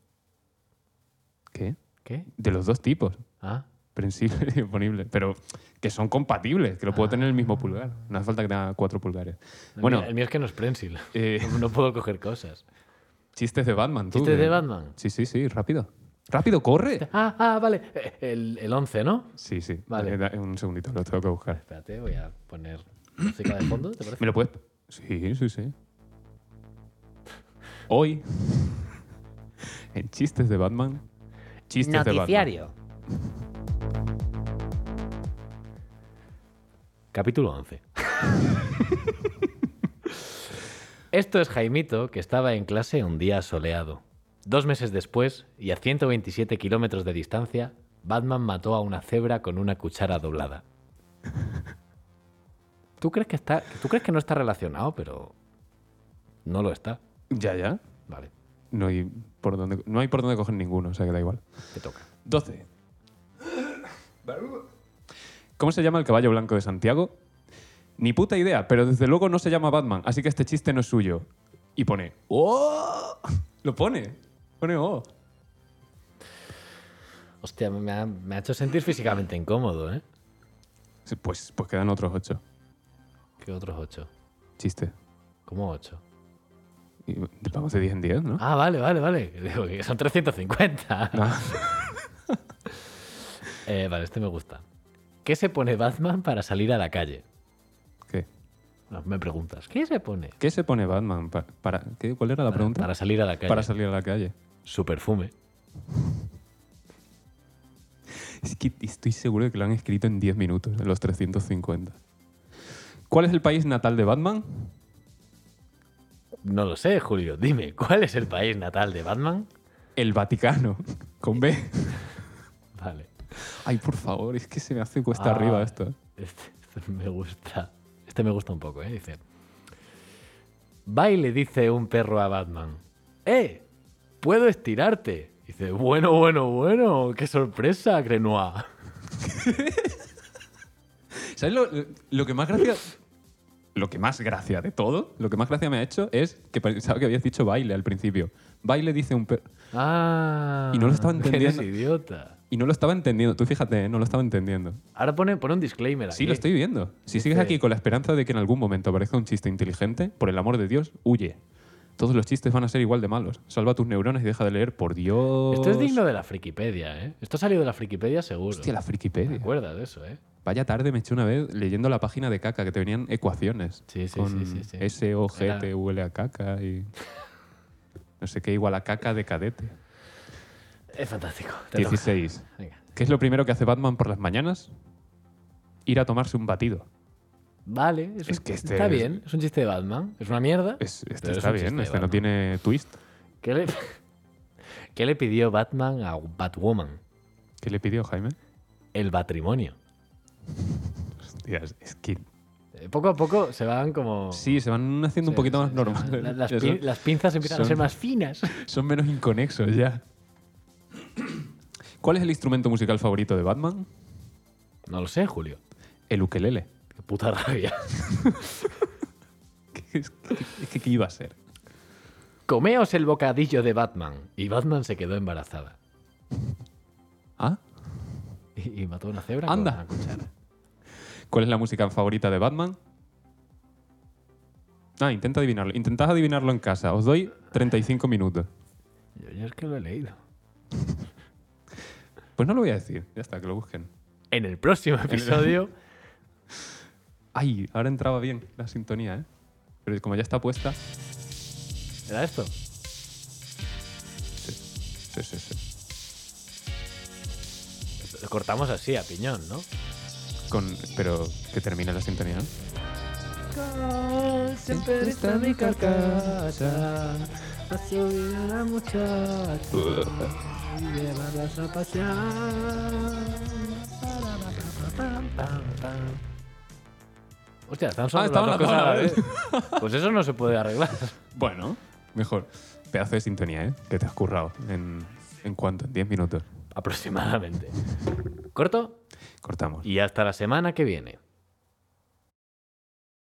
¿Qué?
¿Qué?
De los dos tipos.
Ah,
prensible y disponible, pero que son compatibles, que lo
Ah.
puedo tener en el mismo pulgar. No hace falta que tenga cuatro pulgares.
el
Bueno,
mío- el mío es que no es prensil.
eh,
No puedo coger cosas.
chistes de Batman, tú.
¿Chistes
que-
de Batman?
Sí, sí, sí, rápido. Rápido, corre.
Ah, ah, vale. Eh, El, el 11, ¿no?
Sí, sí.
Vale.
Eh, da- Un segundito, lo tengo que buscar.
Espérate, voy a poner música de fondo, ¿te parece?
¿Me lo puedes? Sí, sí, sí. Hoy, en chistes de Batman, chistes de
Noticiario.
Capítulo 11. Esto es Jaimito, que estaba en clase un día soleado. Dos meses después, y a 127 kilómetros de distancia, Batman mató a una cebra con una cuchara doblada. ¿Tú crees que, está, tú crees que no está relacionado, pero no lo está?
Batman. Ya, ya.
Vale,
No hay por dónde, no hay por dónde coger ninguno, o sea que da igual.
te toca.
12. ¿Cómo se llama el caballo blanco de Santiago? Ni puta idea, pero desde luego no se llama Batman, así que este chiste no es suyo. Y pone, ¡Oh! Lo pone. Pone, ¡Oh!
Hostia, me ha, me ha hecho sentir físicamente incómodo, ¿eh?
Sí, Pues, pues quedan otros ocho.
¿Qué otros ocho?
Chiste.
¿Cómo ocho?
Y vamos de 10 en 10, ¿no?
Ah, vale, vale, vale. Digo que son 350.
Ah,
Eh, vale, este me gusta. ¿Qué se pone Batman para salir a la calle?
¿Qué?
No, me preguntas. ¿Qué se pone?
¿Qué se pone Batman? Pa- Para, ¿qué? ¿Cuál era la
para,
pregunta?
para salir a la calle.
Para salir a la calle.
Su perfume.
Es que estoy seguro de que lo han escrito en 10 minutos, en los 350. ¿Cuál es el país natal de Batman?
No lo sé, Julio. Dime, ¿cuál es el país natal de Batman?
El Vaticano, con B.
Vale.
Ay, por favor, es que se me hace cuesta
Ah,
arriba esto.
Este, este me gusta. Este me gusta un poco, ¿eh? Dice. Va y le dice un perro a Batman. ¡Eh! ¡Puedo estirarte! Dice, bueno, bueno, bueno, qué sorpresa, Grenoir.
¿Sabes lo, lo que más gracia... Lo que más gracia de todo, lo que más gracia me ha hecho es que pensaba que habías dicho baile al principio. Baile dice un perro...
Ah.
Y no lo estaba entendiendo.
Eres idiota.
Y no lo estaba entendiendo. Tú fíjate, ¿eh? no lo estaba entendiendo.
Ahora pone, pone un disclaimer aquí.
Sí, lo estoy viendo. Si sigues aquí con la esperanza de que en algún momento aparezca un chiste inteligente, por el amor de Dios, huye. Todos los chistes van a ser igual de malos. Salva tus neuronas y deja de leer, por Dios.
Esto es digno de la Frikipedia, ¿eh? Esto salió de la Frikipedia seguro.
Hostia, la
¿Te
frikipedia.
acuerdas de eso, eh?
Vaya tarde me eché una vez leyendo la página de caca, que te venían ecuaciones.
Sí, sí,
con
sí, sí, sí.
S, O, G, T, huele a caca y... No sé qué, igual a caca de cadete.
Es fantástico. Te toca.
16.
Venga.
¿Qué es lo primero que hace Batman por las mañanas? Ir a tomarse un batido.
Vale, es,
Es
un-
que este
está
es-
bien. Es un chiste de Batman. Es una mierda.
Es- este
Pero es
está
un chiste
bien,
de
este no
Batman.
tiene twist.
¿Qué le... ¿Qué le pidió Batman a Batwoman?
¿Qué le pidió Jaime?
El matrimonio.
Hostias, es que...
Eh, Poco a poco se van como...
Sí, se van haciendo un
se-
poquito
se-
más
se
normales.
van- la- Las,
Ya
pin-
son-
las pinzas empiezan a
son-
ser más finas.
Son menos inconexos ya. ¿Cuál es el instrumento musical favorito de Batman?
No lo sé, Julio.
El ukelele.
Qué puta rabia.
Es que, es que ¿qué iba a ser?
Comeos el bocadillo de Batman. Y Batman se quedó embarazada.
¿Ah?
Y, y mató a una cebra
Anda.
con una cuchara.
¿Cuál es la música favorita de Batman? Ah, intenta adivinarlo. Intentad adivinarlo en casa. Os doy 35 minutos.
Yo, es que lo he leído.
Pues no lo voy a decir, ya está, que lo busquen.
En el próximo episodio.
Ay, ahora entraba bien la sintonía, ¿eh? Pero como ya está puesta.
¿Era esto?
Sí, sí, sí. sí.
Lo cortamos así, a piñón, ¿no?
Con, pero que termine la sintonía, ¿no?
Siempre está mi carcasa. A subir a la muchacha. Y llevarlas a pasear. Hostia, están
Ah,
sonando
estaban
las dos
las
cosas a la
dos
vez. Pues eso no se puede arreglar.
Bueno, mejor. Pedazo de sintonía, ¿eh? Que te has currado. ¿En, en cuánto? En 10 minutos.
Aproximadamente. Corto
Cortamos.
y hasta la semana que viene.